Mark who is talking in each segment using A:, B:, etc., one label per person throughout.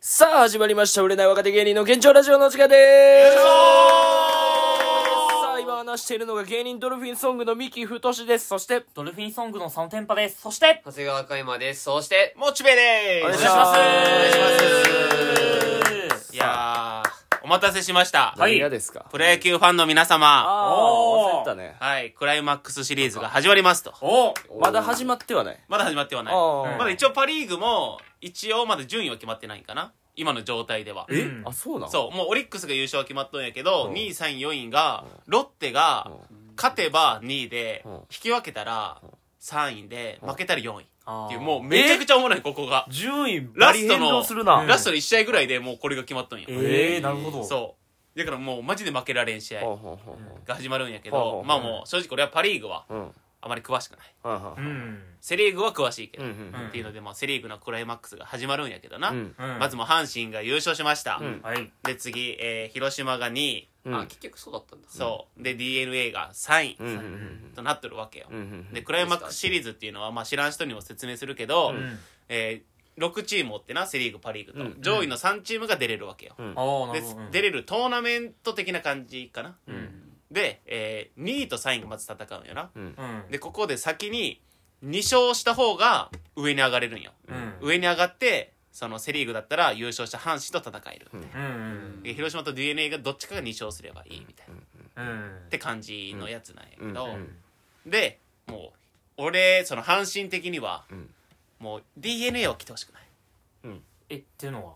A: さあ、始まりました。売れない若手芸人の現状ラジオのお時間でーす。さあ、今話しているのが芸人ドルフィンソングの三木太志です。そして、
B: ドルフィンソングのサムテンパです。そして、
C: 長谷川嘉馬です。そして、
D: モチベで
A: お願
D: ー
A: い
D: す
A: します
B: お願いします
D: いやーお待たせしました、
B: はい
A: 嫌ですか
D: プロ野球ファンの皆様
A: あ
B: お
A: あ、
B: ー
A: 忘れてたね。
D: はいクライマックスシリーズが始まりますと
B: お
A: まだ始まってはない。
D: まだ始まってはない
A: あー
D: まだ一応パ・リーグも一応まだ順位は決まってないんかな今の状態では
B: え
A: あ、そうなの
D: そうもうオリックスが優勝は決まっとんやけど
A: うん
D: 2位3位4位がロッテが勝てば2位で
A: うん
D: 引き分けたら3位で負けたら4位っていうもう
B: う、
D: めちゃくちゃおもろいここが
A: 順位、
D: ラス
A: バ
D: トの
A: リ変動するな。
B: うん
D: ラストの1試合ぐらいでもうこれが決まっとんや
B: えー、なるほど。
D: そうだからもうマジで負けられん試
A: ほうほ
D: 合
A: うほうほ
D: が始まるんやけ
A: ほうほう
D: どまあもう正直俺はパ・リーグは
A: う。うん。うん
D: あまり詳しくない
A: うんうん
B: ん。
D: セ・リーグは詳しいけど
A: う
D: っ
A: ん
B: うん
D: ていうのでまあセ・リーグのクライマックスが始まるんやけどな
A: うん
B: うん
D: まず、もう阪神が優勝しました
A: うん
B: はい。
D: で次えー広島が2位
A: うん
C: あ、結局そうだったんだ。
D: そうで d n a が3位
A: うんうんうん
D: となっとるわけよ
A: うんうん
D: でクライマックスシリーズっていうのはまあ知らん人にも説明するけど、
B: うん。
D: えー、6チームおってなセ・リーグパ・リーグと、
A: うん
D: 上位の3チームが出れるわけよ、
A: うん
B: おー、な
D: で
B: るほど。
D: 出れるトーナメント的な感じかな、
A: うん
D: で、え2位と3位がまず戦うんよな、
A: うん
B: うん。
D: でここで先に2勝した方が上に上がれるんよ、
B: うん。
D: 上に上がってそのセ・リーグだったら優勝した阪神と戦える、
B: うん。うん。
D: で広島と d n a がどっちかが2勝すればいいみたいな、っ
B: うん。
D: て感じのやつなんやけ
A: う
D: ど、
A: ん
D: でもう俺その阪神的には、
A: うん
D: もう d n a は来てほしくない
B: え、っていうのは、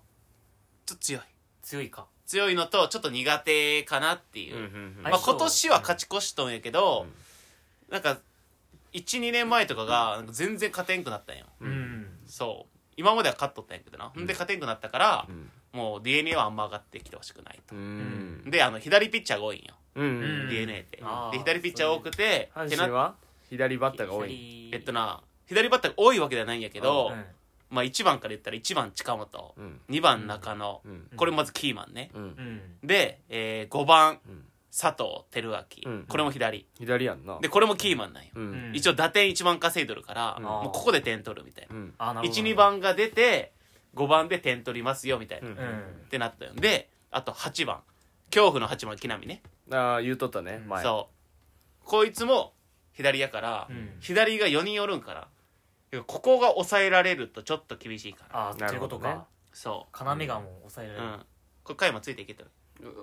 D: ちょっと強い
B: 強いか。
D: 強いのとちょっと苦手かなっていう、
A: うんうん
D: まあ、
B: 相性
D: 今年は勝ち越しとんやけど、なんか12年前とかがなんか全然勝てんくなったんよ
B: うん。
D: そう今までは勝っとったんやけどな、ほんで勝てんくなったから
A: う、ん
D: もう d n a はあんま上がってきてほしくないと
A: う、ん
D: であの左ピッチャーが多いんよ、
A: うん
B: う
D: d n a って
B: あー
D: で左ピッチャー多くて
A: 阪
D: って
A: 神
D: な
A: は左バッターが多い
B: い
D: えっと、な左バッターが多いわけではないんやけど、
B: うん。
D: まあ、1番から言ったら1番近本、
A: うん
D: 2番中野、
A: うん
D: これまずキーマンね、
A: うん
B: うん。
D: で、え5番、
A: うん
D: 佐藤輝明、
A: うん
D: これも左
A: 左やんな
D: でこれもキーマンなんよ、
A: うん
D: 一応打点1番稼いどるから、
A: うん
D: もうここで点取るみたいな
A: うん
B: あー、なるほど。
D: 12。番が出て5番で点取りますよみたいな、
A: う
D: っ
A: ん
B: うん。
D: てなったよであと8番恐怖の8番木浪ね、
A: ああ言うとったね前
D: そうこいつも左やから、
B: うん
D: 左が4人おるんからここが抑えられるとちょっと厳しいから
B: あー、
A: な
B: っ
A: る
B: ていう
A: ほ
B: こ
A: ど
B: と
A: ね
B: か。
D: そ
B: 要がもう抑えら
D: うう
B: れる。
D: んこれ回もついていけとる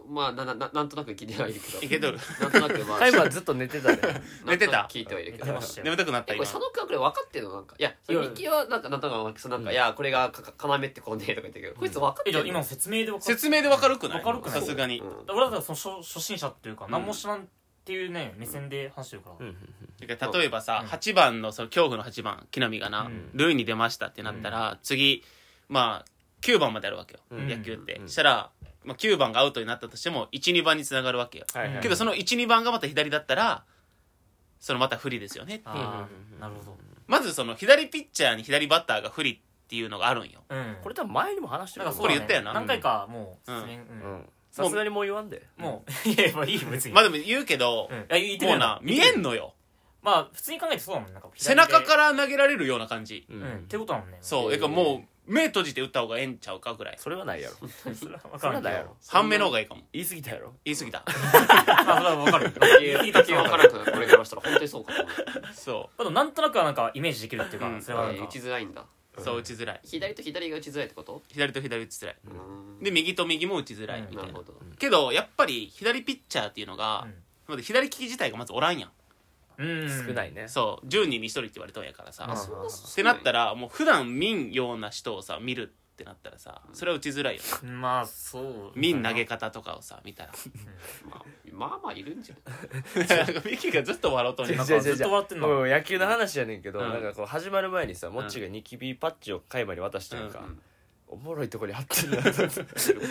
C: まあ、な、な、ななんとなく聞いてはいるけど。
D: いけとる
C: なんとなく、まあ、
A: タイムはずっと寝てたね
D: 寝てた
C: 聞いてはいるけ
B: 出
C: ど
B: ま。したよ。
D: 眠たくなった
C: え、これ
D: 今
C: 佐野くんはこれ分かってんのなんか。いや、
B: いや
C: ミキはなんか、なんとなく、そうなんか、いや、これがか、か要ってこうね、とか言ってるけど、こいつ分かっ
B: え、
C: て
B: じゃあ
C: ん
B: 今の
C: の
B: 説明で分かる。
D: 説明でわかるくない
B: わかるくない
D: さすがに、
C: うん
B: 俺らだからその初初心者っていうか、何も知らんっていうね、目線で話してるから。
D: だから例えばさ、
B: うん
D: 8番のその恐怖の8番木浪がな、
B: うん
D: ルイに出ましたってなったら、次まあ9番まであるわけよ、
A: うん
D: 野球って、
A: うん
D: したら、まあ、9番がアウトになったとしても12番につながるわけよ、
A: はいはい
D: けどその12番がまた左だったらそのまた不利ですよね
B: あ
A: うん
B: あ、なるほど。
D: まずその左ピッチャーに左バッターが不利っていうのがあるんよ
B: うん。
A: これ多分前にも話して
B: なん
A: ると
B: かそ
A: 思
D: これ
B: うだね
D: 言ったよな
B: 何回かもう、
D: うん
B: すでにうん
A: ううんさすがにもう言わんで
B: もう、 いや、まあいいよ、別に。
D: まあ
B: だ、
D: でも言うけど
B: う、ん、いや、言ってる
D: も
B: よ
D: うな見
B: 言っ
D: え
B: てる
D: んのよ
B: まあ、普通に考えてそうだもん、なんか。。
D: 背中からら投げられるような感じ、
A: う
B: うん、ってことだもんね。
D: そうだからもう目閉じて打った方がええんちゃうかぐらい
A: それはないやろ
B: う。 それは分
A: それ
B: かる
A: は
B: ん
A: な
B: だ
A: いや
B: よ。
A: ろ
D: 半目の方がいいかも
A: 言い過ぎたやろ
D: 言い過ぎた
B: まあ、それは分かる。
C: 野球野球分からなくなる。これからしたら、本当にそうかと思う。
D: そう
B: あと、なんとなくはなんか、イメージできるっていうか、
D: うん
B: それはなん
C: え
B: か
C: 打ちづらいんだ。
D: そう打ちづらい
C: 左と左が打ちづらいってこと
D: 左と左打ちづらいう
C: ーん
D: で右と右も打ちづらいみたいな
C: な、るほど。
D: けどやっぱり左ピッチャーっていうのが
B: うん、
D: まず左利き自体がまずおらんやん、
B: うん。。
A: 少ないいね
D: そう10人に1人って言われとんやからさ、
B: あ
D: っ
B: そう
D: てなったらもう普段見んような人をさ見るってなったらさそれは打ちづらいよね
B: まあ、そう。
D: 見ん投げ方とかをさ見たら
C: まあ、まあまあいるんじゃない
D: なんか ミキがずっと笑うとん
A: 違う違
D: やん
A: う違う
B: ずっと笑ってんの
A: もう野球の話やねんけど、
D: うん
A: なんかこう始まる前にさ、モッチーがニキビパッチをカイマに渡してるか、
D: うん
A: おもろいとこに貼ってるな
C: これ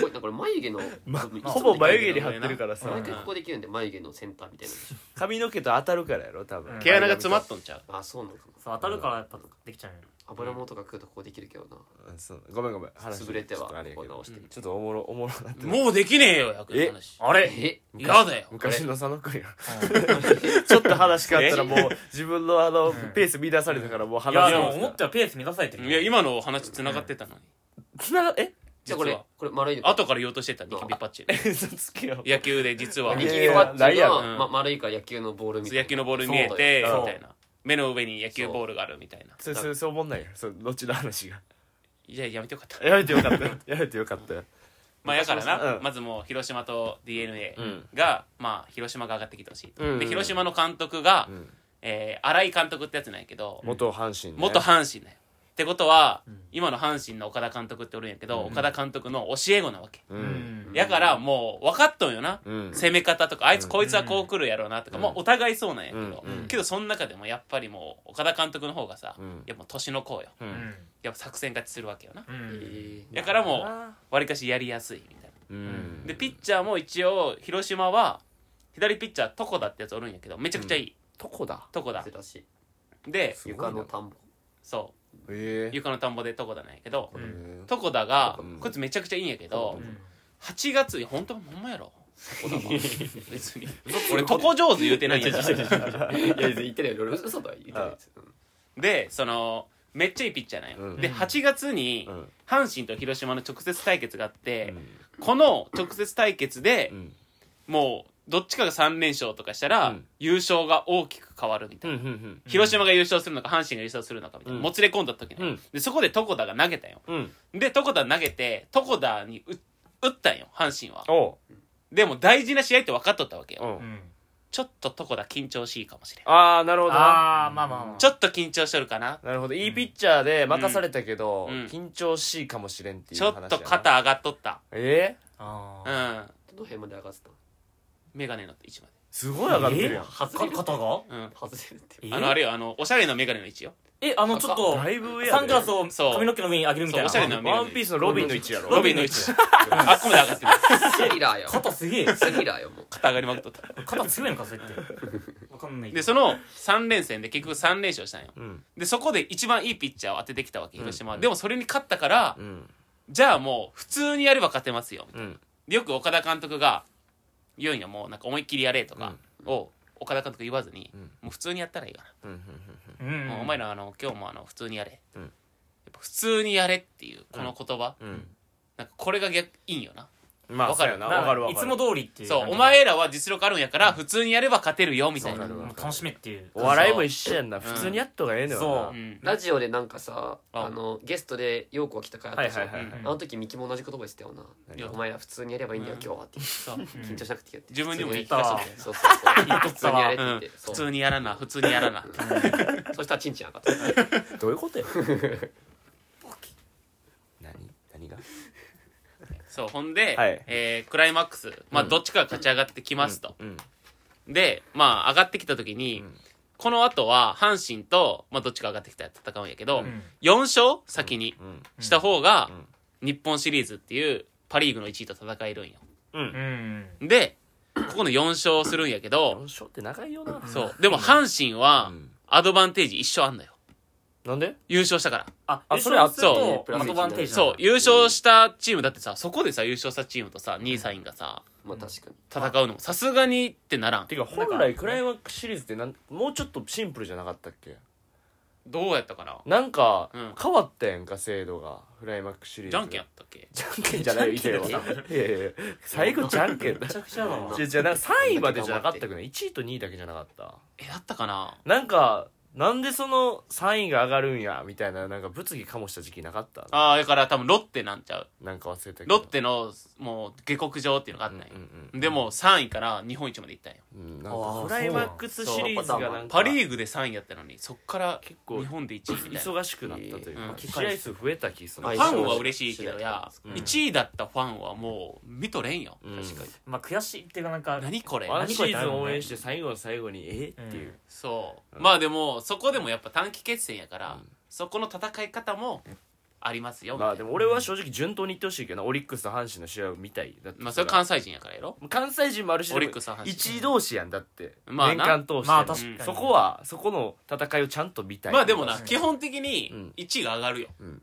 C: なんかこれ眉毛の、
A: ま
C: いつも
A: ほぼ眉毛に貼ってるからさ、
C: 毎回ここできるんで眉毛のセンターみたいな
A: 髪の毛と当たるからやろ多分、
B: うん
D: 毛穴が詰まっとんちゃう
C: あそうなのか
B: そう、当たるからやっぱ、できちゃうよ。
C: 油もんとか食うとここできるけどな
A: うんそうごめんごめん話
C: 潰れては
A: ちょっとあれやけ
C: こう
A: ど
C: 直して
A: ちょっとおもろおもろなって
D: もうできねえよ役の話
B: あれ
C: え
D: 嫌だよ
A: 昔の佐野君や
B: うん
A: ちょっと話変わったらもう自分のあのペース乱されたからもう
B: いや、
A: 話
B: で
A: が
B: も思ったよ、ペース乱されてる。
D: いや今のお話繋がってたのに、
A: つながえ
D: 実
C: じゃあこれ
D: は
C: これ丸いの
D: 後から言おうとしてたニキビパッチン
A: 嘘つけよ
D: 野球で実は
C: ニキ
A: え
C: ビパッ
A: ない
C: チ
A: や
C: ン
A: ろ
C: は、ま、丸いから野球のボールみたいな
D: 野球のボールに見え
C: そうだ
D: て
C: よ
A: そう
D: みたいな目の上に野球ボールがあるみたいな
A: そそそう思んないよその後の話が
D: いややめてよかった
A: やめてよか ったよやめてよかったよ
D: まあやからな、
A: うん
D: まずもう広島と d n a
C: うん
D: が、まあ広島が上がってきてほしいと、
C: うん
D: で広島の監督が、
A: ん
D: えー荒井監督ってやつなんやけど、
A: 元阪神ね
D: 元阪神だよってことは、今の阪神の岡田監督っておるんやけど、岡田監督の教え子なわけ、
A: うん
D: やからもう分かっとんよな、
A: うん
D: 攻め方とかあいつこいつはこう来るやろうなとか、もうお互いそうなんやけど、
A: うん
D: けどその中でもやっぱりもう岡田監督の方がさ、
A: うん
D: やっぱもう年の子よ
A: う
B: うんん
D: やっぱ作戦勝ちするわけよな、
B: うん
C: えー
D: やからもうわりかしやりやすいみたいな
A: うん
D: でピッチャーも一応広島は左ピッチャー床田ってやつおるんやけどめちゃくちゃいい、
A: どこだ
D: 床田
C: 珍しい
D: で
A: ごいな
C: 床の田んぼ
D: そ
A: え
D: う
A: え
D: 床の田んぼで床田なんやけど
B: う
A: うんん
D: 床田が
A: うん
D: こいつめちゃくちゃいいんやけど
B: うん
D: 8月いや本当ほんまやろ床田は別に俺床上手言うてない んやから
C: いや言ってないよ俺 嘘だよ言ってないです
D: でそのめっちゃいいピッチャーなんよ、
A: うん
D: で8月に
A: うん
D: 阪神と広島の直接対決があって
A: う、
D: この直接対決で、
A: ん
D: もうどっちかが3連勝とかしたら、
A: うん
D: 優勝が大きく変わるみたいな、
A: うんうん
D: 広島が優勝するのか阪神が優勝するのかみたいな、
A: うん
D: もつれ込んだ時に、
A: うん
D: でそこで床田が投げたよ
A: うん
D: で床田投げて床田に打打ったんよ阪神は
A: おう
D: でも大事な試合って分かっとったわけよ、
A: うん
B: うん
D: ちょっと床田緊張しいかもしれん
A: ああなるほどな
B: ああまあまあまあ
D: ちょっと緊張しとるかな、
A: なるほどいいピッチャーで任されたけど
D: うん
A: 緊張しいかもしれんっていう
D: ちょ
A: 話やな
D: っと肩上がっとった
A: ええ
B: あ
D: う
B: ー
D: ん
C: どの辺まで上がってたの
D: 眼鏡の位置ます
A: ごい上がってるやん
C: 外
B: か
C: れる
B: 肩が
D: で、うん
C: 外れるって
B: え
D: あのあれよあのおしゃれな眼鏡の位置よ
B: えあのちょっと
A: だいぶ上やで
B: サングラスを
D: そう
B: 髪の毛の上に上げるみたいな
D: そうおしゃれな
A: ワンピースのロビンの位置やろ
D: ロビンの位置あっこまで上がってる
C: スリラーよ
B: 肩すげえ
C: スリラーよもう
D: 肩上がりまくっとった
B: 肩強いのかそれってわかんないけど
D: でその3連戦で結局3連勝したんよ
A: うん
D: でそこで一番いいピッチャーを当ててきたわけ広島は、でもそれに勝ったから、
A: うん
D: じゃあもう普通にやれば勝てますよ
A: うん
D: でよく岡田監督が言うんやもうなんか思いっきりやれとかを岡田監督言わずに、
A: ん
D: もう普通にやったらいいか
A: うんうん
B: う
D: な、
B: ん
D: もうお前らあの今日もあの普通にやれ、
A: うん
D: やっぱ普通にやれっていうこの言葉、
A: うんうん
D: なんかこれが逆いいんよな、
A: まあ
D: わかる
A: そうやな
B: な
A: わかるわかる
B: いつも通りっていう
D: そうお前らは実力あるんやから普通にやれば勝てるよみたいな
A: そうなる
B: もう楽しめっていう
A: お笑いも一緒やんな
D: う
A: 普通にやっとがええのよ
B: そう
D: うん
C: ラジオでなんかさ
D: あ
C: あのゲストで陽子が来たからあったじゃん
A: はいはいはい
D: はい
C: あの時ミキも同じ言葉言ってたよないお前ら普通にやればいいんだよ今日はって
D: そう
C: 緊張しなくていいよって
D: 自分でも言い聞
B: たわ
D: かせて
C: そうそうそう
B: 言っとっ
C: 普
B: た
C: 通にや
B: わ
C: れって言って
D: うん
C: そ
D: 普
C: う
D: 通にやらな普通にやらな
C: そしたらチンチン上がった
A: などういうことや何何が
D: そうほんで、
A: はい
D: えークライマックス、まあ、
A: うん
D: どっちかが勝ち上がってきますと、
A: うん
D: で、まあ、上がってきた時に、
A: うん
D: この後は阪神と、まあ、どっちか上がってきたら戦うんやけど、
B: うん
D: 4勝先に
A: うん
D: した方が
A: うん、
D: 日本シリーズっていうパ・リーグの1位と戦えるんよ
A: う
B: うんん
D: でここの4勝するんやけど
A: 4勝って長いよな
D: そうでも阪神は
A: うん
D: アドバンテージ一緒あんだよ
A: なんで
D: 優勝したから
B: あ
A: あ
B: あ
A: そ
B: そ
A: れ
B: れ
A: あ
B: あ
A: っ
B: っ
A: ち
B: と
C: プラ
B: ア
C: ス
B: ドバンテージ
D: そう優勝したチームだってさそこでさ優勝したチームとさ2位3位がさ
C: まあ確かに
D: 戦うのもさすがにってならん
A: てか本来クライマックスシリーズってなんもうちょっとシンプルじゃなかったっけ
D: どうやったかな
A: なんか
D: うん
A: 変わったやんか制度がクライマックスシリーズ
D: じゃんけんやったっけ
A: じゃんけんじゃないよ以前はい
C: じゃん
A: やいやいや最後じゃんけんだ
B: めちゃくちゃだわ
A: じゃじゃなんか3位までじゃなかったくない1位と2位だけじゃなかった
D: えだったかな
A: なんかなんでその3位が上がるんやみたいななんか物議かもした時期なかった
D: ああだから多分ロッテなんちゃう
A: なんか忘れたけど
D: ロッテのもう下克上っていうのがあったんよ、
A: うんうん
D: でも3位から日本一まで行ったんよ
A: うんなんか
B: あー
A: クライマックスシリーズがなんか
D: パ・リーグで3位やったのにそっから
A: 結構
D: 日本で1位みたいな
A: 忙しくなったというか
D: うん
A: 試合数増えた気する
C: は
D: フ
C: い
D: ァンは嬉しいけどや、
A: うん
D: 1位だったファンはもう見とれんよ、
A: うん
D: 確かに
B: まあ悔しいっていうかなんか
D: 何これ
A: ワン
B: 何
A: シ
B: これ
A: ーズン応援して最後の最後にえっていう
D: そう、まあでもそこでもやっぱ短期決戦やから、
A: うん
D: そこの戦い方もありますよみた
A: ま
D: いな
A: あでも俺は正直順当にいってほしいけどなオリックスと阪神の試合を見たいだって
D: まあそれ関西人やからやろ
A: 関西人もあるし
D: オリックスと阪神
A: 1位同士やんだって
D: まあな
A: 年間通して
B: まあ確かに
A: そこはそこの戦いをちゃんと見たい
D: まあでもな
B: うん
D: 基本的
A: う
D: に
A: ん
D: 1位が上がるよ、
A: うん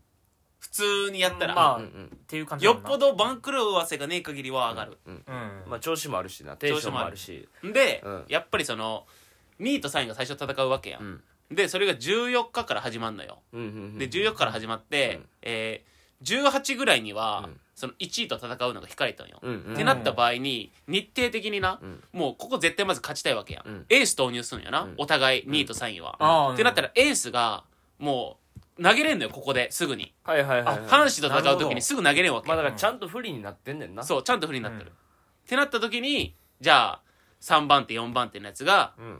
D: 普通にやったら、
B: まあ
A: うんうん
B: っていう感じだ
D: よ
B: もん
D: っ
B: な
D: ぽど番狂わせがねえ限りは上がる、
B: うん
A: まあ調子もあるしなテンションもあるし
D: で、
A: うん
D: やっぱりその2位と3位が最初戦うわけや、
A: うんん
D: でそれが14日から始まるのよ、
A: うんうんうん
D: で14日から始まって、
A: うん
D: え18ぐらいには、
A: うん
D: その1位と戦うのが控えたんよ、
A: うんうん
D: ってなった場合に日程的にな、
A: うん
D: もうここ絶対まず勝ちたいわけやん、
A: うん
D: エース投入するんやな、
A: うん
D: お互い2位と3位は、
B: ああ
D: ってなったらエースがもう投げれんのよここですぐに
A: はいはいはい、はい、
D: 阪神と戦う時にすぐ投げれんわけ
A: まあ
D: や
A: だからちゃんと不利になってんねんな
D: そうちゃんと不利になってる、
B: うん
D: ってなった時にじゃあ3番手4番手のやつが
A: う、うん、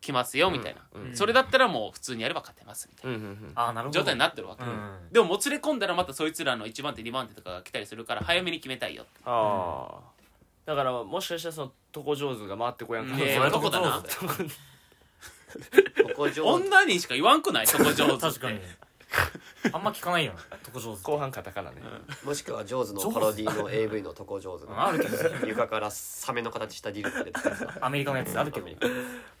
D: 来ますよみたいな、
A: うん
B: うん
D: それだったらもう普通にやれば勝てますみたい
A: うんうんうん
B: ああなる
D: な
B: ほど
D: 状態になってるわけ、
B: うん
D: でももつれ込んだらまたそいつらの1番手2番手とかが来たりするから早めに決めたいよ
A: ああだからもしかしたらその床上手が回ってこやんか、
D: ねえ
A: それ
D: 男だな
C: ここ上手
D: 女にしか言わんくないそこ上手って
B: 確かにあんま聞かないよな床上手
A: 後半カタカナね、
C: もしくは上手のパロディの AV の床上手
B: うんあるけど
C: の床からサメの形したディルってやつ
B: アメリカのやつあるけど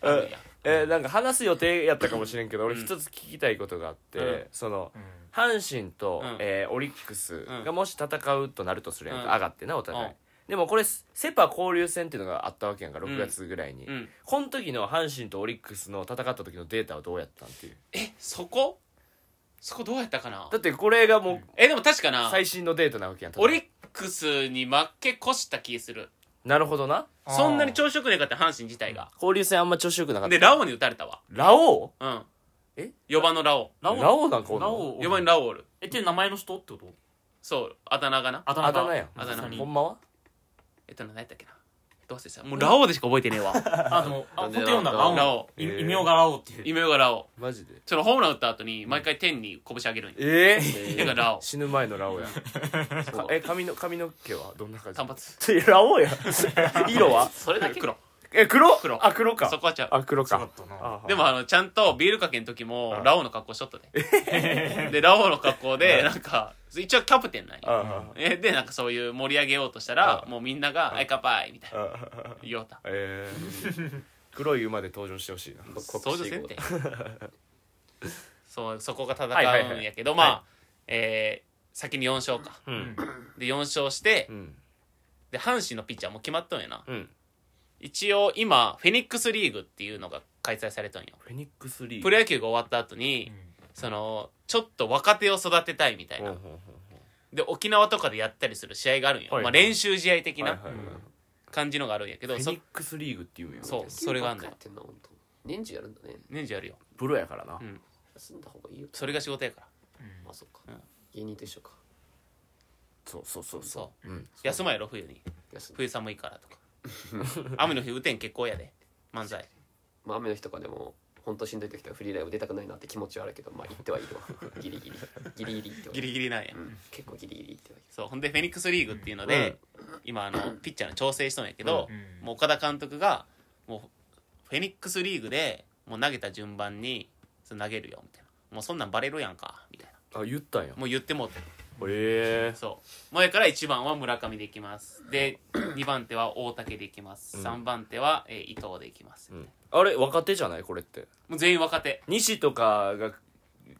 D: あのいや
A: えーなんか話す予定やったかもしれんけど、俺一つ聞きたいことがあって、
D: うん
A: その
B: うん
A: 阪神と、
D: うん
A: えーオリックスが
D: うん
A: もし戦うとなるとするやんか、
D: うん
A: 上がってなお互い、
D: うん
A: でもこれセ・パ交流戦っていうのがあったわけやんか6月ぐらいに、
D: うん
A: この時の阪神とオリックスの戦った時のデータはどうやったんっていう
D: えそこそこどうやったかな
A: だってこれがもう
D: えでも確かな
A: 最新のデータなわけやん
D: オリックスに負け越した気する
A: なるほどな
B: あー
D: そんなに調子よくなかった阪神自体が
A: 交流戦あんま調子よくなかった
D: でラオウに打たれたわ
A: ラオウ
D: うん
A: え
D: 4番のラオ
A: ラ
B: ラ
A: オ
B: オ
A: ウ
B: ウ
A: なんかおんの
B: ラオ
D: ウ
B: ウ
D: 4番にラオウおる
B: えっていう名前の人ってこと
D: そうあだ名がな
B: あ
A: あ
B: だ名が
A: だ名やん
D: あだ名
B: 実際に
A: ほんまは
D: えっと何やったっけなどうせさもうラオウでしか覚えてねえわ
B: あのあ
C: な
B: 本当
C: んで
B: 読んだ
C: ラオウ
B: ラオウ
A: へ
B: い
A: ー
B: 異名がラオウっていう
D: 異名がラオウ
A: マジで
D: そのホームラン打った後に毎回天に拳上げるんよ
A: え
C: え
D: だからラオ
A: 死ぬ前のラオウや
C: そう
A: え髪の髪の毛はどんな感じ
D: 単発
A: いやラオ ウや色は
D: それだけ黒
A: え黒
D: 黒
A: あ黒か
D: そこはちゃう
A: あ黒
B: そうだ
A: か
B: った
A: あ
B: な
A: はい
D: でもあのちゃんとビールかけの時もラオウの格好しとった ででラオウの格好でなんか一応キャプテンなん
A: あ
D: よ
A: は
D: えでなんかそういう盛り上げようとし
A: あ
D: たらもうみんなが「あいかぱい」みたい
A: あ
D: な
A: は
D: 言おうた
A: え ー黒い馬で登場してほしいな
C: 国
D: そうじゃせんて そうそこが戦うんやけど
A: はい
D: ま
A: はいはい
D: あえー先に4勝か
A: うん
D: で4勝して
A: うん
D: で阪神のピッチャーも決まっとんやな
A: うん
D: 一応今フェニックスリーグっていうのが開催されとんよ
A: フェニックスリー
D: プロ野球が終わった後にそのちょっと若手を育てたいみたい
A: ほう
D: な
A: ほうほう
D: で沖縄とかでやったりする試合があるんよ、
A: はい
D: まあ、練習試合的
A: はい
D: な
A: はいはい
D: 感じのがあるんやけど、
A: フェ
D: そ
A: ニックスリーグっていうんよ
D: そうそれがあんだよ
C: やってんな本当年中やるんだね
D: 年中やるよ
A: プロやからな
D: うん
C: 休んだ方がいいよ
D: それが仕事やから
C: あそっか
D: うん
C: 芸人と一緒か
A: そうそうそう
D: そう
A: うん
D: う休まんやろ冬に
C: 休んで
D: 冬寒いからとか雨の日雨天結構やで漫才
C: まあ雨の日とかでも本当しんどい時とかフリーライブ出たくないなって気持ちはあるけどまあ行ってはいるわギリギリギリギリ行ってはい
D: ギ
C: る
D: リギリなんや、
C: うん結構ギリギリ行ってはいる
D: そうほんでフェニックスリーグっていうので、今あのピッチャーの調整しとんやけど、
B: うん
D: もう岡田監督がもうフェニックスリーグでもう投げた順番にその投げるよみたいなもうそんなんバレるやんかみたいな
A: あ言ったんや
D: もう言ってもうて
A: ええ
D: そう前から1番は村上でいきますで2番手は大竹でいきます
A: うん
D: 3番手は、えー伊藤でいきます、
A: うんあれ若手じゃないこれって
D: もう全員若手
A: 西とかが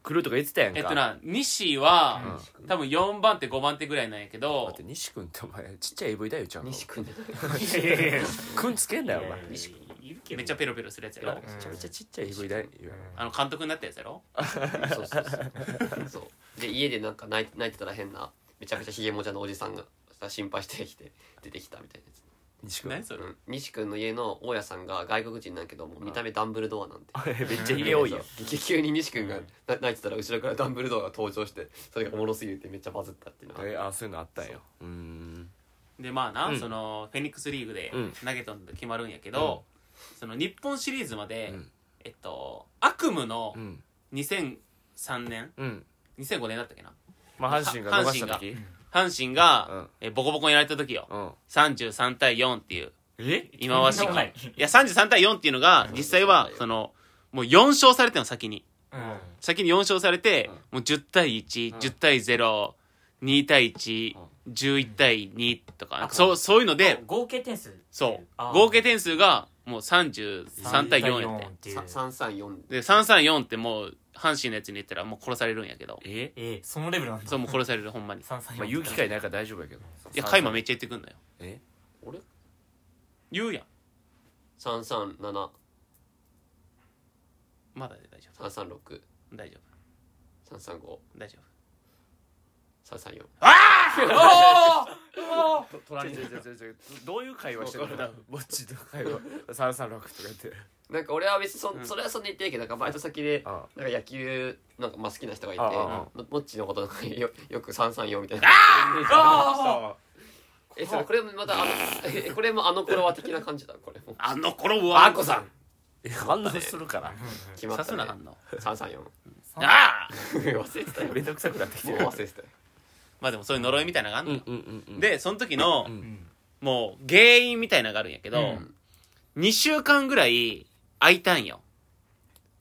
A: 来るとか言ってたやんか
D: えっとな西は、多分4番手5番手ぐらいなんやけ
A: 待
D: ど
A: って西君ってお前ちっちゃい AV だよちゃんと
C: 西君じゃない
B: いやいやいや
A: 君つけんなよお前
B: いやいやいるけど
D: めっちゃペロペロするやつや
A: め
D: ろ
A: ちゃめちゃちっちゃい AV だよ
D: あの監督になったやつやろ
C: そうそうそうそうで家でなんか泣い泣いてたら変なめちゃくちゃひげもじゃのおじさんが心配してきて出てきたみたいなやつ
A: 西君
D: 何それ
C: うん西君の家の大家さんが外国人なんやけどもう見た目ダンブルドアなんて
A: めっちゃひげ多いよ
C: そう急に西君がな泣いてたら後ろからダンブルドアが登場してそれがおもろすぎてめっちゃバズったっていうのは
A: えあそういうのあったんようーん
D: でまあな、
A: うん
D: そのフェニックスリーグで
A: うん
D: 投げたのと決まるんやけど、その日本シリーズま
A: う
D: で、
A: ん
D: えっと悪夢の
A: うん
D: 2003年
A: うん
D: 2005年だったっけな
A: まあ阪神が伸ばした時
D: 阪神が、
A: うん
D: えボコボコにやられた時よ、
A: うん
D: 33対4っていう
A: え
D: 忌まわしい
B: そんなことない
D: いや33対4っていうのが実際はそのもう4勝されてんの先に
B: うん
D: 先に4勝されて、もう10対110、10対0 2対1、11対2とか、なんかそう、そういうので、
B: 合計点数
D: そう。
B: あー
D: 合計点数がもう33対4やって。
B: ていう
C: 334
D: で、334ってもう、阪神のやつに言ったらもう殺されるんやけど。
A: え
B: えー、そのレベルなんだ
D: そう、もう殺される、ほんまに。い
B: 334
A: まあ言う機会ないから大丈夫やけど
D: や、カイマめっちゃ言ってくんだよ。
A: え
C: 俺
D: 言うやん。
C: 337336
D: まだで大丈夫。大丈夫。大丈夫。
C: 3三四
A: 違う違う違う違うどういう会話してるのぼっちと会話336とか言って
C: なんか俺は別にそ,、ん、それはそんな言ってないけどなんかバイト先で
A: あ
C: なんか野球なんかまあ好きな人がいて
A: ああ
C: ももっちのことなんかよ よく三三四みたいな
A: あ
C: えそれこれもまたあのえこれもあの頃は的な感じだこれも
D: あの頃は
C: あこさん
A: 反応するから
C: 決まっ
D: さす
C: たね
D: なあかんの
C: 三 三四
D: ああ
C: 忘れてたよも
A: めんどくさくなってきて
C: う
A: る
C: 忘れてたよ
D: まあでもそういう呪いみたいなのがあんのよ、
A: うんうん
D: でその時の、
A: うん
D: もう原因みたいなのがあるんやけど、
B: うん
D: 2週間ぐらい空いたんよ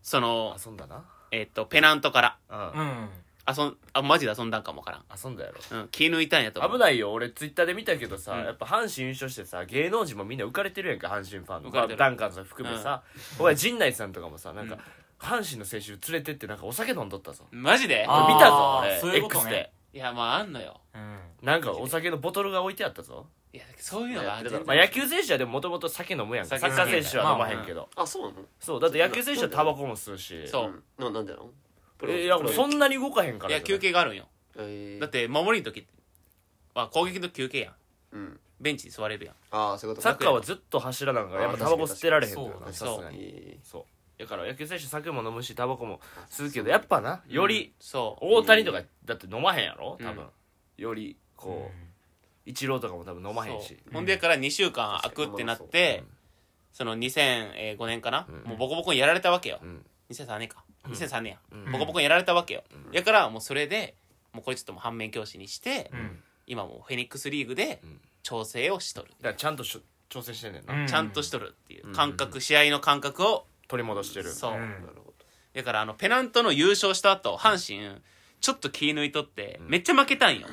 D: その
A: 遊んだな
D: えっ、とペナントから
A: う
B: うんん
D: 遊んあマジで遊んだんかもわか
A: 遊んだやろ
D: らん、うん、気抜いたんやと思う
A: 危ないよ俺ツイッターで見たけどさ、
D: うん
A: やっぱ阪神優勝してさ芸能人もみんな浮かれてるやんか阪神ファンの、
D: 浮
A: ま
D: か
A: あ、
D: れてる
A: ダンカンさん含めさ、お前陣内さんとかもさなんか、阪神の選手連れてってなんかお酒飲んどったぞ
D: マジで
B: あー
A: 見たぞ俺
B: そういうこと
A: X
B: ね
A: で
D: いやまああんのよ
B: うん
A: なんかお酒のボトルが置いてあったぞ、
D: いやそういうのがある
A: まあ、野球選手はでももともと酒飲むやんかサッ
D: 酒飲
A: カ
D: む
A: ー選手は飲まへんけど、
C: あそうなの
A: そうだって野球選手はタバコも吸うし
D: そう
C: うんななんでなのプロ
A: えいや
C: プロ
A: そんなに動かへんから
D: いや休憩があるんよ
C: えー
D: だって守りの時は攻撃の休憩やん
C: うん
D: ベンチに座れるやん
C: ああそういうこと
A: サ
C: か
A: ッカーはずっと柱なんかやっぱタバコ吸ってられへんのよな
C: あ
A: さす
D: そ
A: が
D: う
A: に
C: えー
A: そうだから野球選手酒も飲むしタバコも吸うけどやっぱなより、
D: そう
A: 大谷とかだって飲まへんやろ多分、
D: うん
A: よりこうイチローとかも多分飲まへんし
D: そうほんでから2週間空くってなって、その2005年かな、
A: うん
D: もうボコボコにやられたわけよ、
A: うん
D: 2003年か2003年や、
A: うん
D: ボコボコにやられたわけよ、やからもうそれでもうこいつとも反面教師にして、
B: うん
D: 今もうフェニックスリーグで
A: うん
D: 調整をしとる、
A: だからちゃんとしょ調整してんねんな、
B: うん
D: ちゃんとしとるっていううん感覚、試合の感覚を
A: 取り戻してる
D: そう、
B: うん
C: なるほ
D: だからあのペナントの優勝した後阪神ちょっと気抜いとって、めっちゃ負けたんよ、
A: ん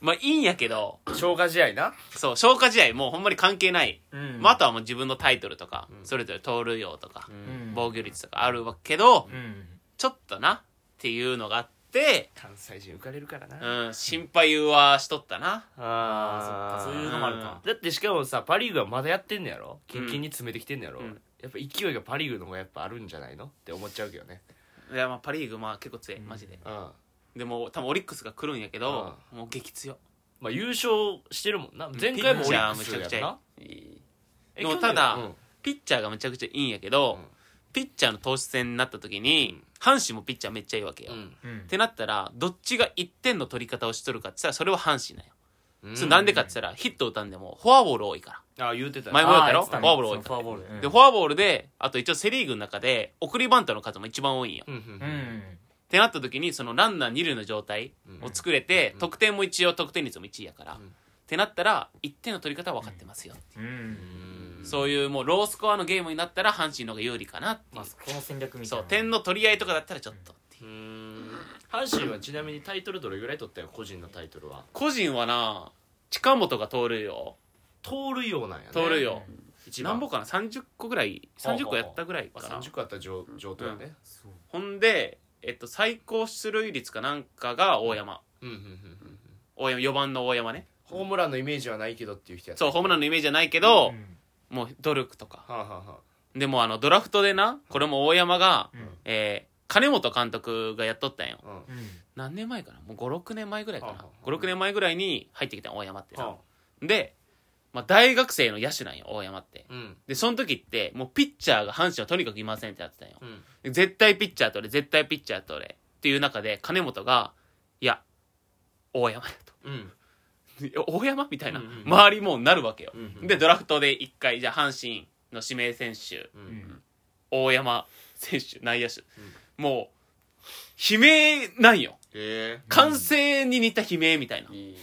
D: まあいいんやけど
A: 消化試合な
D: そう消化試合もうほんまに関係ない、
B: うん
D: まあ、あとはもう自分のタイトルとか、それぞれ盗塁王とか、
B: うん
D: 防御率とかあるわけど、
B: うん
D: ちょっとなっていうのがあって、
A: 関西人浮かれるからな、あ
D: うん、心配はしとったな
B: ああ
A: あ
B: そっかそういうのもあるか
A: だってしかもさパ・リーグはまだやってんのやろキンキ
D: う
A: ン
D: ん
A: に詰めてきてんのやろ、
D: うん
A: やっぱ勢いがパ・リーグの方がやっぱあるんじゃないのって思っちゃうけどね
D: いやまあパ・リーグまあ結構強いマジで、
A: うん
D: でも多分オリックスが来るんやけど、もう激強
A: まあ優勝してるもんな前回もオリックスや
D: ピ
A: っ
D: ッチャ
A: た
D: ーむちゃくちゃいい
A: な
C: どいい
A: え
D: でも
A: 去年
D: ただ
A: うん
D: ピッチャーがめちゃくちゃいいんやけど、
A: うん
D: ピッチャーの投手戦になった時に、阪神もピッチャーめっちゃいいわけよ、
A: う
D: っ
A: ん
B: うん
D: てなったらどっちが1点の取り方をしとるかって言ったらそれは阪神なんよ、
A: う
D: それなんでかって言ったらヒット打たんでもフォアボール多いから
A: あ言うてたね
D: 前もやったろ
B: あー言ってね
D: フォアボール多い
B: そうフォアボールうん
D: でフォアボールであと一応セ・リーグの中で送りバントの数も一番多いんよ、
A: うんうんう
B: うん
D: っ
B: ん
D: てなった時にそのランナー二塁の状態を作れて、得点も一応得点率も1位やから、
A: ん
D: ってなったら1点の取り方は分かってますよ、
B: うん
D: そういうもうロースコアのゲームになったら阪神の方が有利かなっていう、
B: まあそこの戦略みたい
D: そう
B: な
D: 点の取り合いとかだったらちょっとっていう
A: うーん阪神はちなみにタイトルどれぐらい取ったよ個人のタイトルは
D: 個人はな近本が盗塁を
A: 盗塁王なんやね
D: 盗塁王
A: 一番
D: 何本かな30個ぐらい30個やったぐらい
A: ま
D: か
A: あ
D: な
A: 30個あったら上上等やね
B: そう
D: ほんで、えっと、最高出塁率かなんかが大山
A: うんうんうんうん
D: 大山4番の大山ね
A: ホームランのイメージはないけどっていう人やった
D: そうホームランのイメージじゃないけど
B: う、ん
D: もう努力とか
A: はあはあはあ
D: でもあのドラフトでなこれも大山が、
B: うん
D: えー金本監督がやっとったんよ
A: うんは
B: うん
D: 何年前かなもう56年前ぐらいか
A: はあ
D: な
A: はあ
D: 56年前ぐらいに入ってきたん大山ってな、
A: あ
D: で、まあ、大学生の野手なんよ大山って
A: うん
D: でその時ってもうピッチャーが阪神はとにかくいませんってなってたんよ
A: うん
D: で絶対ピッチャーと俺絶対ピッチャーと俺っていう中で金本がいや大山だと
A: うん
D: え大山みたいな、
A: うんうん
D: 周りもうなるわけよ、
A: うんうん
D: でドラフトで1回じゃあ阪神の指名選手
A: う
B: うんん
D: 大山選手内野手、もう悲鳴なんよ
A: へえ
D: 完成に似た悲鳴みたいな、
C: いい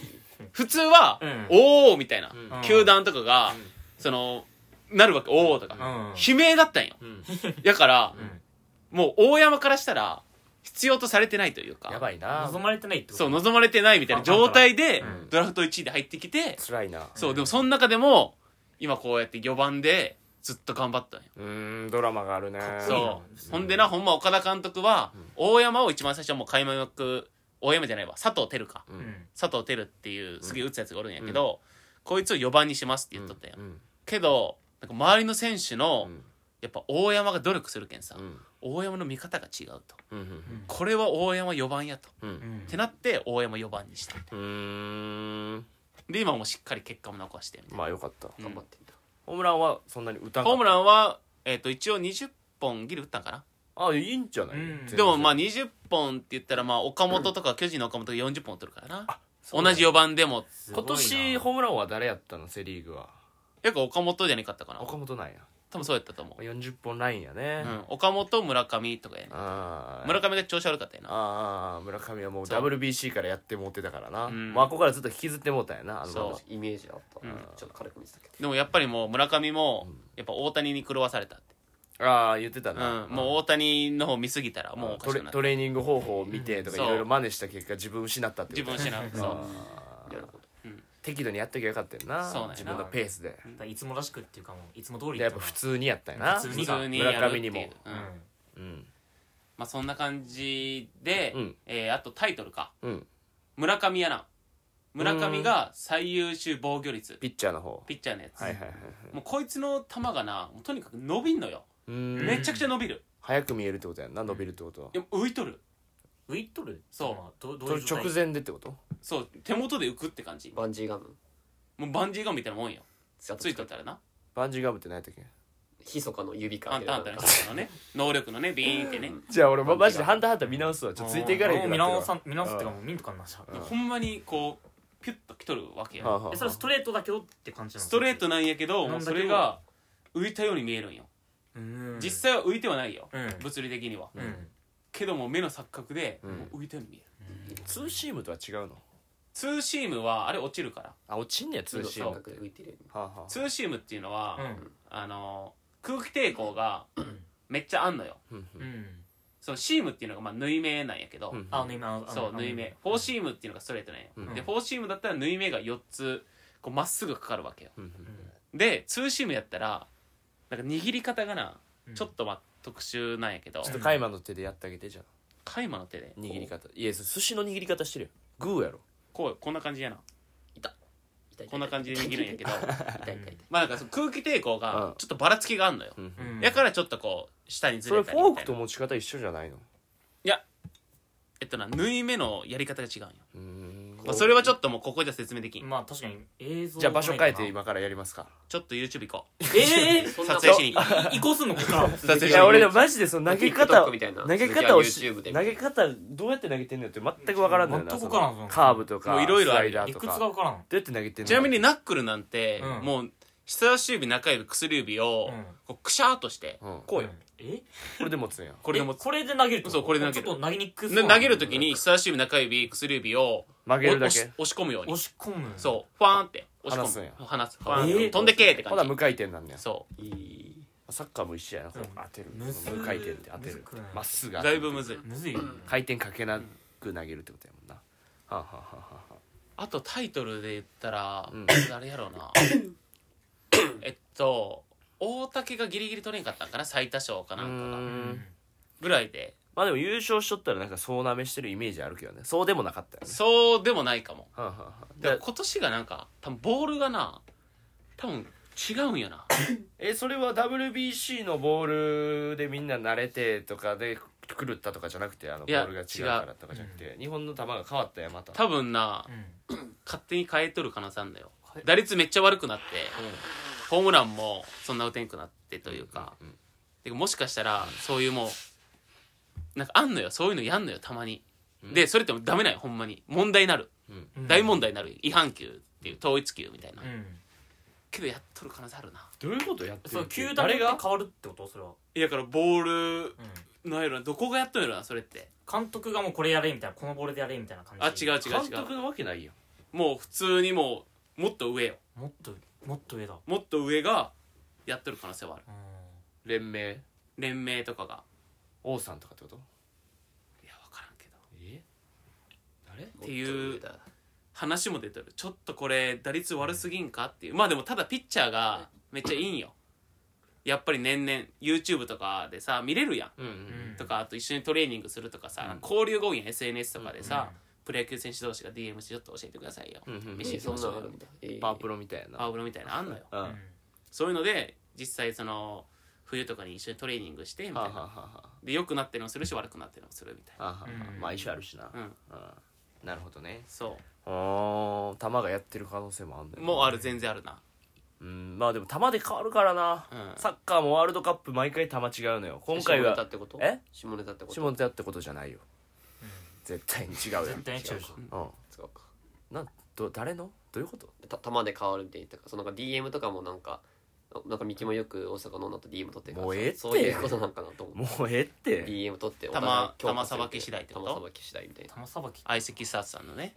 D: 普通は「
B: うん
D: おお」みたいな、
A: うん
D: 球団とかが、
A: うん
D: そのなるわけ「おお」とか、
B: うん
D: 悲鳴だったんよ
A: うん
D: だから
B: う、ん
D: もう大山からしたら必要とされてないというか
A: やばいな
B: 望まれてないってこと
D: そう望まれてないみたいな状態で
B: うん
D: ドラフト1位で入ってきて、
A: 辛いな
D: そうでもその中でも今こうやって4番でずっと頑張ったんよ
A: うーんドラマがあるね
B: っこいいな
D: そう、ほんでなほんま岡田監督は、大山を一番最初はもう開幕大山じゃないわ佐藤輝か
A: う
B: うんん
D: 佐藤輝っていうすげえ打つやつがおるんやけど、こいつを4番にしますって言っとったよ、
A: うん
D: けどなんか周りの選手の、
A: うん
D: やっぱ大山が努力するけんさ、
A: うん
D: 大山の見方が違うと
A: うんうん
D: これは大山4番やと
A: うん
B: うん
D: ってなって大山4番にした
A: うんうーん
D: で今もしっかり結果も残してみたいな
A: まあよかった
C: 頑張ってんだ
A: ホームランはそんなに打たんかった
D: ホームランは、えっと一応20本ギリ打ったんかな
A: あいいんじゃない、
B: うん
A: 全
D: でもまあ
A: 然
D: 20本って言ったらまあ岡本とか巨人の岡本が40本取るからな
A: そう
D: 同じ4番でも
B: すごい
A: 今
B: な
A: 年ホームラン王は誰やったのセ・リーグは
D: やっぱ岡本じゃなかったかな
A: 岡本なんや
D: 多分そうやったと思う、
A: 40本ラインやね、
D: うん、岡本村上とかやね
A: ああ
D: 村上が調子悪かったやな
A: ああ村上はもう
D: そう
A: WBC からやってもうてたからな、
D: うん
A: もうあこからずっと引きずってもうたんやなあの
D: そう
A: ま
C: イメージあった
D: うん
C: ちょっと軽く見てたけど
D: でもやっぱりもう村上もやっぱ大谷に狂わされたって、
A: まああ言ってた
D: うん
A: な、
D: もう大谷の方見すぎたら
A: あ
D: もうおか
A: ト
D: し
A: レ
D: くなった
A: トレーニング方法を見てとかい
D: そう
A: ろいろ真似した結果自分失ったって
D: 自
A: こと
D: 分
A: ね
D: を失うそう
A: あー
C: 嫌なこと
A: 適度にやっときゃよかったよな
D: そうなんやな
A: 自分のペースで
B: だからいつもらしくっていうかもういつも通り
A: でやっぱ普通にやったよな
B: 普
D: 普通にやる
A: 村
D: って
A: 上
D: い
A: に
D: う
A: も
D: う
B: うんん
A: うん
D: まあそんな感じで、
A: うん
D: えーあとタイトルか
A: うん
D: 村上やな村上が最優秀防御率
A: ピッチャーの方
D: ピッチャーのやつ、
A: はいはいはいはい
D: もうこいつの球がなもうとにかく伸びんのよ、
A: うーん
D: めちゃくちゃ伸びる
A: 早く見えるってことやんな伸びるってことは
D: でも浮いとる
B: 浮いとる
D: そう
B: まあどど
A: そう
B: い
A: れ
B: う状
A: 直
B: 態
A: 前でってこと
D: そう手元で浮くって感じ
C: バンジーガム
D: もうバンジーガムみたいなもんよ
C: つ
D: ついとったらな
A: バンジーガムって何やったっけ
C: ひそかの指か
D: あんたあんたねあのね能力のねビーンってね
A: じゃあ俺まマジでハンターハンター見直すわちょっとついていかれへん
B: も
A: くなって
B: う見
A: るわ
B: 直さん見直すっていう
A: う
B: か
A: ん
B: もう見んとかんなじゃあ
A: うん
D: ほんまにこうピュッと来とるわけ
A: はあ
D: よ
A: はあ
B: えそれはストレートだけどって感じなの
D: ストレートなんやけどもうそれが浮いたように見えるんよ
B: うん
D: 実際は浮いてはないよ
B: うん
D: 物理的には
B: うん
D: けども目の錯覚で
A: うん
D: もう浮いたように見える
A: ツーシームとは違うの
D: ツーシームはあれ落ちるから
A: あ落ちんねやツー
C: 通
A: シームっ
C: 信だ
A: て
C: け浮いてるよ
A: はあは
D: ツーシームっていうのは
B: うん
D: あの空気抵抗がめっちゃあんのよ
A: あうん
B: うん
D: そのシームっていうのがまあ縫い目なんやけど
A: うん
B: あの今あの
D: そう縫い目フォーシームっていうのがストレートね、
A: うん
D: でフォーシームだったら縫い目が4つこうまっすぐかかるわけよ
A: うん
D: でツーシームやったらなんか握り方がなちょっ
B: と
D: とまあ特殊なんやけど、
A: ちょっとカイマの手でやってあげてじゃあ
D: カイマの手で
A: 握り方いや寿司の握り方してるよグーやろ
D: こうこんな感じやな
C: 痛い痛い痛い
D: こんな感じで握るんやけど
C: 痛い痛い痛い
D: まあなんかその空気抵抗
A: う
D: が
A: ん
D: ちょっとばらつきがあんのよ、
A: うん
B: うん
D: やからちょっとこう下にず
A: それ
D: れ
A: フ
D: たりみたい
A: ォー
D: な
A: クと持ち方一緒じゃないの
D: えっとな縫い目のやり方が違うんよ、
A: うーん
D: まあ、それはちょっともうここじゃ説明できん
B: まあ確かに映像
A: じゃあ場所変え
B: がな
A: て
B: いか
A: 今からやりますか
D: ちょっと YouTube 行こう
B: なええ
C: そんな
D: 撮影しに行こう
B: 移行すんのここ から
D: 撮影
A: い
D: しに
A: や
D: 行こ
A: 俺
D: う
A: でもマジでその投げ方
C: TikTok みたいな
A: 投げ方を
C: 続き
A: し
C: は YouTube で
A: 投げ方どうやって投げてんのよって全く分からんのよな
B: 全く分からん
A: その
B: その
A: カーブと
D: も
A: か
D: う
A: ス
D: いろいろあ
A: ラ
D: る
A: イダー
B: 理
A: と
B: 屈
A: か
B: が
A: ど
B: 分からん
A: うやって投げてんの
D: ちなみにナックルなんて、
B: うん
D: もう人差し指中指薬指を
B: うん
D: こうクシャーとして、
A: うん
D: こうよ、
B: え
A: これで持つんや
D: これでも
B: えこれで投げるってと
D: そうこれで投げる
B: ちょっと投げにく
D: で投げる
B: と
D: 時に人差し指中指薬指を
A: 曲げるだ
D: 押し
A: け
D: 押し込むように
B: 押し込むう
D: そうファーンって押
A: 離
D: し
A: すん
D: 込
A: や
D: む離すファーンって、
B: えー
D: 飛んでけーって
A: ま
D: 感
A: だ
D: じ
A: 無回転なんねや
D: そう
C: いい
A: サッカーも一緒やなこう
B: うん
A: 当てる
B: むずい
A: 無回転って当てる
B: むずくない
A: まっすぐ当て
D: だ
A: る
D: いぶむずい
B: むずいよね
A: 回転かけなく投げるってことやもんなはあはあはあは
D: あとタイトルで言ったら、
A: うん
D: 誰やろうなえっと大竹がギリギリ取れんかったんかな最多勝か
A: あ
D: なん
A: う
D: かが
A: ーん
D: ぐらいで
A: まあでも優勝しとったらなんかそうなめしてるイメージあるけどねそうでもなかったよね
D: そうでもないかも
A: はあはあはあ
D: でも
A: で
D: 今年がなんか多分ボールがな多分違うんよな
A: えそれは WBC のボールでみんな慣れてとかで狂ったとかじゃなくてあのボ
D: いや
A: ールが違うからとかじゃなくて日本の球が変わったやまた
D: 多分な
B: うん
D: 勝手に変えとる可能性あんだよ打率めっちゃ悪くなって、ホームランもそんな打てんくなってというか、
A: うんうん
D: てかもしかしたらそういうもうなんかあんのよそういうのやんのよたまに、
A: うん
D: でそれってもうダメなんよほんまに問題になる、
A: うん
B: うん
D: 大問題になる違反球っていう統一球みたいな、
B: うん
D: けどやっとる可能性あるな
A: どういうことやって
B: そ
A: る
B: う球団
A: 誰
B: によっ
A: が
B: て変わるってことそれは
D: えだからボール
B: うん
D: なんやろなどこがやっとんやろなそれって
B: 監督がもうこれやれみたいなこのボールでやれみたいな感
D: あ
B: じ
D: 違う違う
A: 監
D: 違
A: 督
D: う
A: のわけないやん
D: もう普通にもうもっと上よ
B: もっともっと上だ
D: もっと上がやっとる可能性はある
B: うん
A: 連盟
D: 連盟とかが
A: 王さんとかってこと
D: いや分からんけど
A: え誰
D: っていう
C: もっと
D: 話も出てるちょっとこれ打率悪すぎんかっていうまあでもただピッチャーがめっちゃいいんよやっぱり年々 YouTube とかでさ見れるや
A: うんうん
B: ん
D: とかあと一緒にトレーニングするとかさ、
A: うん
D: 交流が多いやん SNS とかでさ、
B: うん
D: プロ野球選手同士が DM してちょっと教えてくださいよ、
A: うんうんうん
C: 上手だえーそんなのあるんだえー
A: パワープロみたいやな
D: パワブロみたいなのあんのよ
A: うん
B: うん
D: そういうので実際その冬とかに一緒にトレーニングしてみ
A: はあ
D: た
A: はいあ
D: な
A: はあは
D: で良くなってるのするし悪くなってるのするみたい
A: あはあはあ
B: うん
A: まあ相性あるしな
D: なうん
A: うんなるほどね
D: そ
A: ああ球がやってる可能性もあるんだ
D: う
A: よ
D: もうある全然あるな
A: うんまあでも球で変わるからな
D: うん
A: サッカーもワールドカップ毎回球違うのよ今回
C: 下ネタ
A: は
C: ってこと
A: え
C: 下ネタってこと
A: 下手ってことじゃないよ絶対に違うよ
B: 絶対に違うでしょ
A: うん
C: 使うか
A: なんど誰のどういうこと
C: た玉で変わるみたいなとかそのなんか DM とかもなんかなんかミキもよく大阪の女と DM 取ってるから
A: もうええって
C: そういうことなんかなと思う
A: もうええって
C: DM 取って
D: 玉
C: お互い強化する
D: 玉さばき次第ってこと
C: 玉さばき次第みたいな
B: 玉さばき
D: 相席スタートさんのね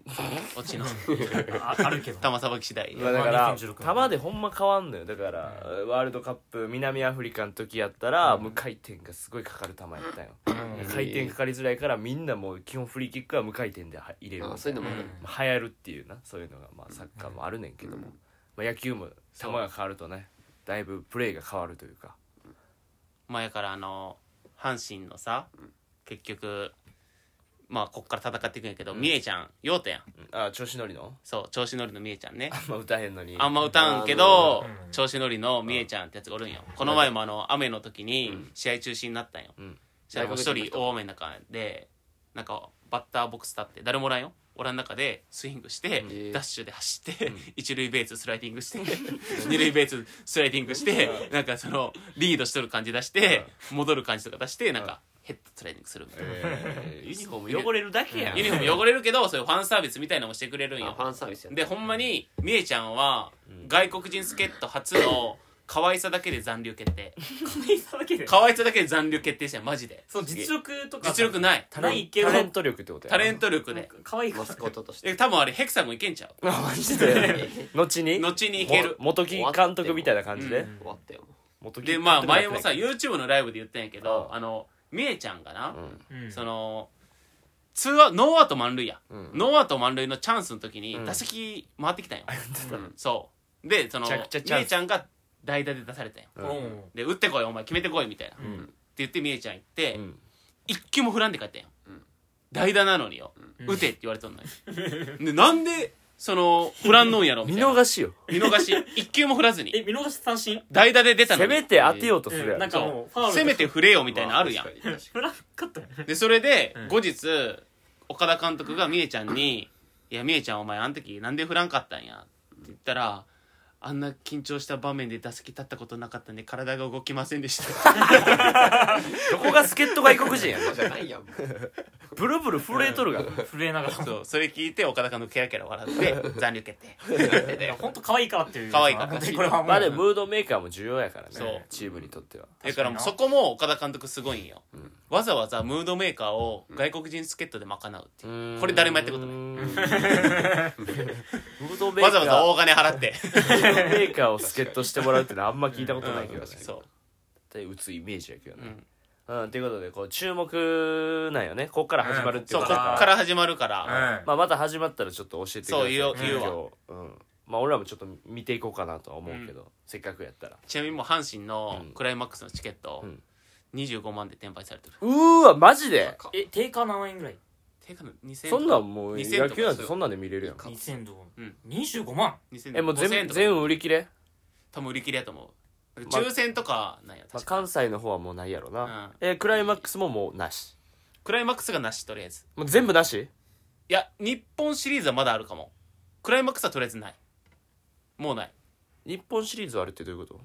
D: オチの
B: ああるけ ど
D: 玉さばき次第
A: まあだから
B: 2016
A: 球でほんま変わんのよだからワールドカップ南アフリカの時やったら無回転がすごいかかる球やったんよ
B: うん
A: 回転かかりづらいからみんなもう基本フリーキックは無回転では入れる
C: あそういうのもある
B: うん
A: まあ流行るっていうなそういうのがまあサッカーもあるねんけども、まあ、野球も球が変わるとねだいぶプレーが変わるというか
D: 前からあの阪神のさ結局まあこっから戦っていくんやけど、みえちゃん陽太やん
A: あ調子乗りの
D: そう調子乗りのみえちゃんね
A: あんま歌えへんのに
D: あんま歌うんけ
B: あ
D: ど
B: ーうん
D: 調子乗りのみえちゃんってやつがおるんよこの前もあの雨の時に試合中止になったんよ
A: うん
D: 試合もう一人大雨の中でなんかバッターボックス立って誰もおらんよ俺の中でスイングして、
C: うん
D: ダッシュで走って、一塁ベーススライディングして二塁ベーススライディングしてなんかそのリードしとる感じ出して戻る感じとか出してなんかヘッドスライディングするみたいな、
A: えーユニフォーム汚れるだけやん
D: ユニフォーム汚れるけどそういうファンサービスみたいなのもしてくれるん
C: あ
D: よ
C: ファンサービスやった
D: でほんまにみえちゃんは外国人助っ人初の 可愛さだけで残留決定
B: さばきで
D: 可愛さだけで残留決定したよマジで
B: そう実力とか
D: 実力ない
B: タないけど
A: タレント力ってことや
D: タレント力で
B: 可愛いか
C: マ
B: ら
C: スコットとして
D: え多分あれヘクサゴンいけんちゃう
A: トマジで後に
D: 後にいける
A: も元木監督みたいな感じで、
D: うん
C: 終わったよも
A: 元木
D: で
A: 監督
D: まあ
A: だった
D: 前
A: ら
D: もさ YouTube のライブで言ったんやけど
A: うん
D: あのみえちゃんがな、
A: うん
B: うん
D: そのツーアノーアウト満塁や、
A: うん
D: ノーアウト満塁のチャンスの時に
A: うん
D: 打席回ってきたんよ、
C: ううん
D: そうでその
A: めち
D: み
A: ゃくちゃチャンス
D: えちゃんが代打で出されたんよ
A: う
B: うんん
D: で打ってこいお前決めてこいみたいな、
B: う
D: って
B: ん
D: 言ってみえちゃん行って、
A: うん
D: 一球も振らんで帰ったんよ、
C: うん
D: 代打なのによ、
B: うん
D: 打てって言われとんのにでなんでその振らんのんやろみ
A: 見
D: たいな
A: 逃しよ
D: 見逃し一球も振らずに
B: え見逃し三振
D: 代打で出たの
A: せ
D: に
A: めて当てようとするや
B: うんんなんかもうファウル
D: せめて振れよみたいなのあるやん、
C: ま確かに確か
B: フラかったよね
D: でそれで
B: うん
D: 後日岡田監督がみえちゃんに「いやみえちゃんお前あの時なんで振らんかったんや」って言ったら「あんな緊張した場面で打席立ったことなかったんで体が動きませんでした」
A: どこが助っ人外国人や ん
C: にじゃないやんもう
A: ブルブル震えとるがな
B: 震えながら
D: そうそれ聞いて岡田監督ケラケラ笑 って残留決定
B: いや本当可愛いからっていう
D: 可愛いから
B: でこれはもう
A: まあでもムードメーカーも重要やからね
D: そう
A: チームにとっては
D: だからもうそこも岡田監督すごいんよ、わざわざムードメーカーを外国人助っ人で賄うっていう、これ誰もやったことない
A: ムードメーカー
D: わざわざ大金払って
A: ムードメーカーを助っ人してもらうってのはあんま聞いたことないけどね
D: そ
A: で打つイメージやけど
D: う、う
A: ね
D: ん、
A: うんということでこう注目なんよねここから始まるってい
D: そうう
A: こ
D: ことっ
A: だ
D: か
A: から
D: ら始まるから、
B: うん
A: まあまた始まったらちょっと教えてください
D: そう言おう
A: 近況
D: 言
A: うんまあ俺らもちょっと見ていこうかなとは思うけどせっかくやったら
D: ちなみにもう阪神のクライマックスのチケット、
A: うん
D: 25万で転売されてる
A: うーわマジで
C: か
B: え定価何円ぐらい
D: 定価の2000
A: そんなんもう
D: 2000とか
A: 野球なんてそんなんで見れるやん
C: か
B: 2000ド
D: う
B: ル
D: ん
B: 25万
D: 2000
A: えもう
D: 5000
A: 全部
D: とか
A: 全部売り切れ、
D: 多分売り切れやと思う
A: まあ
D: 抽選とかなんや
A: まあ、
D: 確か、
A: 関西の方はもうないやろな、
D: う
A: えクライマックスももうなし
D: クライマックスがなしとりあえず
A: もう全部なし
D: いや日本シリーズはまだあるかもクライマックスはとりあえずないもうない
A: 日本シリーズはあるってどういうこ
D: て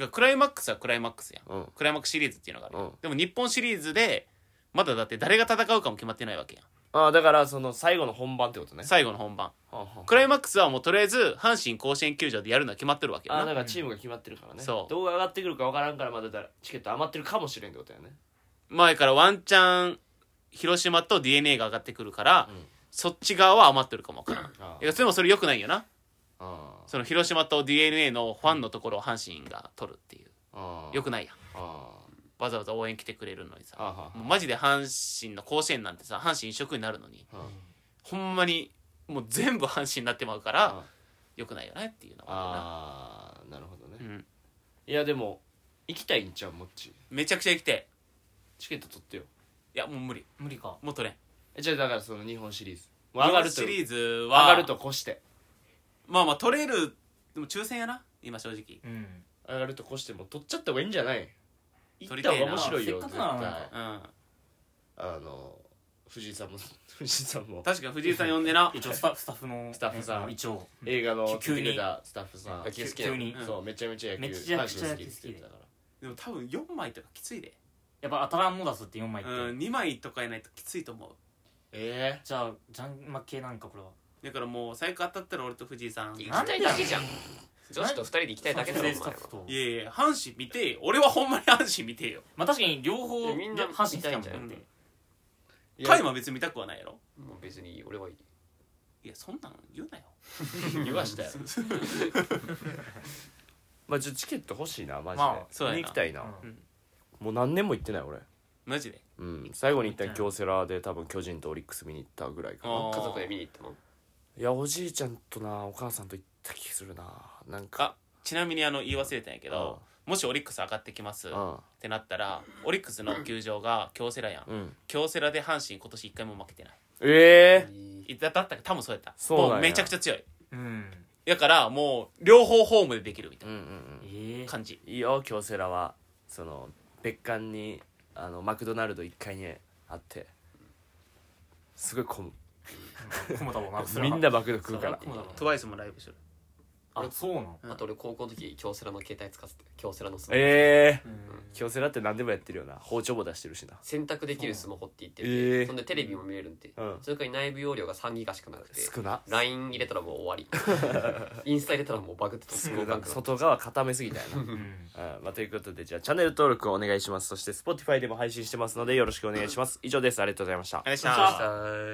D: かクライマックスはクライマックスやん
A: とうん
D: クライマックスシリーズっていうのがあるやん、
A: うん
D: でも日本シリーズでまだだって誰が戦うかも決まってないわけやん
A: ああだからその最後の本番ってことね
D: 最後の本番
A: はあはあ
D: クライマックスはもうとりあえず阪神甲子園球場でやるのは決まってるわけ
A: あ
D: や
A: ーだ
D: な
A: からチームが決まってるからね、
D: そう
A: 動画上がってくるか分からんからまだだチケット余ってるかもしれんってことやね
D: 前からワンチャン広島と d n a が上がってくるから、
A: うん
D: そっち側は余ってるかもわからん
A: あ
D: いやそれもそれ良くないよな
A: あ
D: その広島と d n a のファンのところを阪神が取るっていう
A: あ
D: 良くないやん
A: あ
D: わざわざ応援来てくれるのにさ
A: あは
D: もうマジで阪神の甲子園なんてさ阪神一色になるのに
A: は
D: ほんまにもう全部阪神になってまうか
A: うん
D: ら良くないよねっていうのはあ
A: ああなるほどね、
D: るな、うん、
A: いやでも行きたいんちゃうもっち
D: めちゃくちゃ生きて
A: チケット取ってよ
D: いやもう無理
B: 無理か
D: もう取れん
A: えじゃあだからその日本シリーズ
D: 上
A: 上
D: が
A: が
D: る
A: る
D: シ
A: と
D: リーズは
A: 上がると越して
D: まあまあ取れるでも抽選やな今正直
B: うん
A: 上がると越してもう取っちゃった方がいいんじゃない行った方が面白いよ
B: 撮り
A: 絶
B: た
A: 対
B: いなせっかくならな
D: う
B: ん
D: ん
A: あの藤井さんも 藤井さんも
D: 確かに藤井さん呼んで な
B: 一応スタスタッフの
A: スタッフさん
B: 一応
A: 映画の
B: 急に
A: 出てたスタッフさん
C: 野球好き
B: 急に
D: なの
A: そうめちゃめちゃ野球
B: めちゃくちゃ
A: 阪
B: 野
A: 神好
B: 球
A: き
B: 好き
A: って言ってたか
D: でも多分4枚とかきついで
B: やっぱ当たらんの出すって4枚
D: う
B: って、
D: ん2枚とかやないときついと思う
A: らえ
B: じゃあジャン負けなんかこれは
D: だからもう最高当たったら俺と藤井さんい
C: 行きたいだけじゃん女子と二人で行きたいだけだろお前
B: スタッフ
C: は
B: と
D: やいや阪神見てよ俺はほんまに阪神見てよ
B: まあ確かに両方
C: いやみんな
B: 阪神好きやもん
C: 見たいんじゃ
B: だ
C: な
B: っ
C: い
B: て
A: え
D: タイは別に見たくはないやろ
C: もう別にいい俺はいい
D: いやそんなん言うなよ
A: 言わしたよ まあちょっとチケット欲しいなマジで、
B: まあ
D: そうやな
A: 見に行きたいな、
B: うん
A: もう何年も行ってない俺
D: マジで
A: うん最後に行った京セラで多分巨人とオリックス見に行ったぐらいかな
D: あー
C: 家族で見に行ったの
A: いやおじいちゃんとなお母さんと行った気するななんか
D: あちなみにあの言い忘れたんやけどもしオリックス上がってきますっ
A: うん
D: てなったらオリックスの球場 が京セラやん
A: うん
D: 京セラで阪神今年1回も負けてない
A: ええ
D: いだだったか多分そうやった
A: そうなんや
D: もめちゃくちゃ強い
B: うん
D: だからもう両方ホームでできるみた
A: う
D: い
A: んうん
B: え
D: な
B: ー
D: 感じ
A: うんいいよ京セラはその別館にあのマクドナルド1階にあってすごい混む
B: 困ったもんなそれ
A: み
B: は
A: んなマクド食うから
B: それは困った
D: ト
B: わ
D: ワイスもライブしてる
B: あそうなの
C: あと俺高校の時京セラの携帯使ってた京セラのスマホ
A: ええ
B: うん
A: 京セラって何でもやってるよな包丁も出してるしな
C: 選択できるスマホって言って
A: ええ
C: てそんでテレビも見れるんで
A: うん
C: それから内部容量が3ギガしかなくて
A: 少な
C: LINE 入れたらもう 終わりインスタ入れたらもうバグってた
A: 少な外側固めすぎたよな
B: うん
A: うんまあ、ということでじゃあチャンネル登録をお願いしますそして Spotify でも配信してますのでよろしくお願いします以上ですありがとうございました
D: お願いし
C: あ
D: ます
C: ー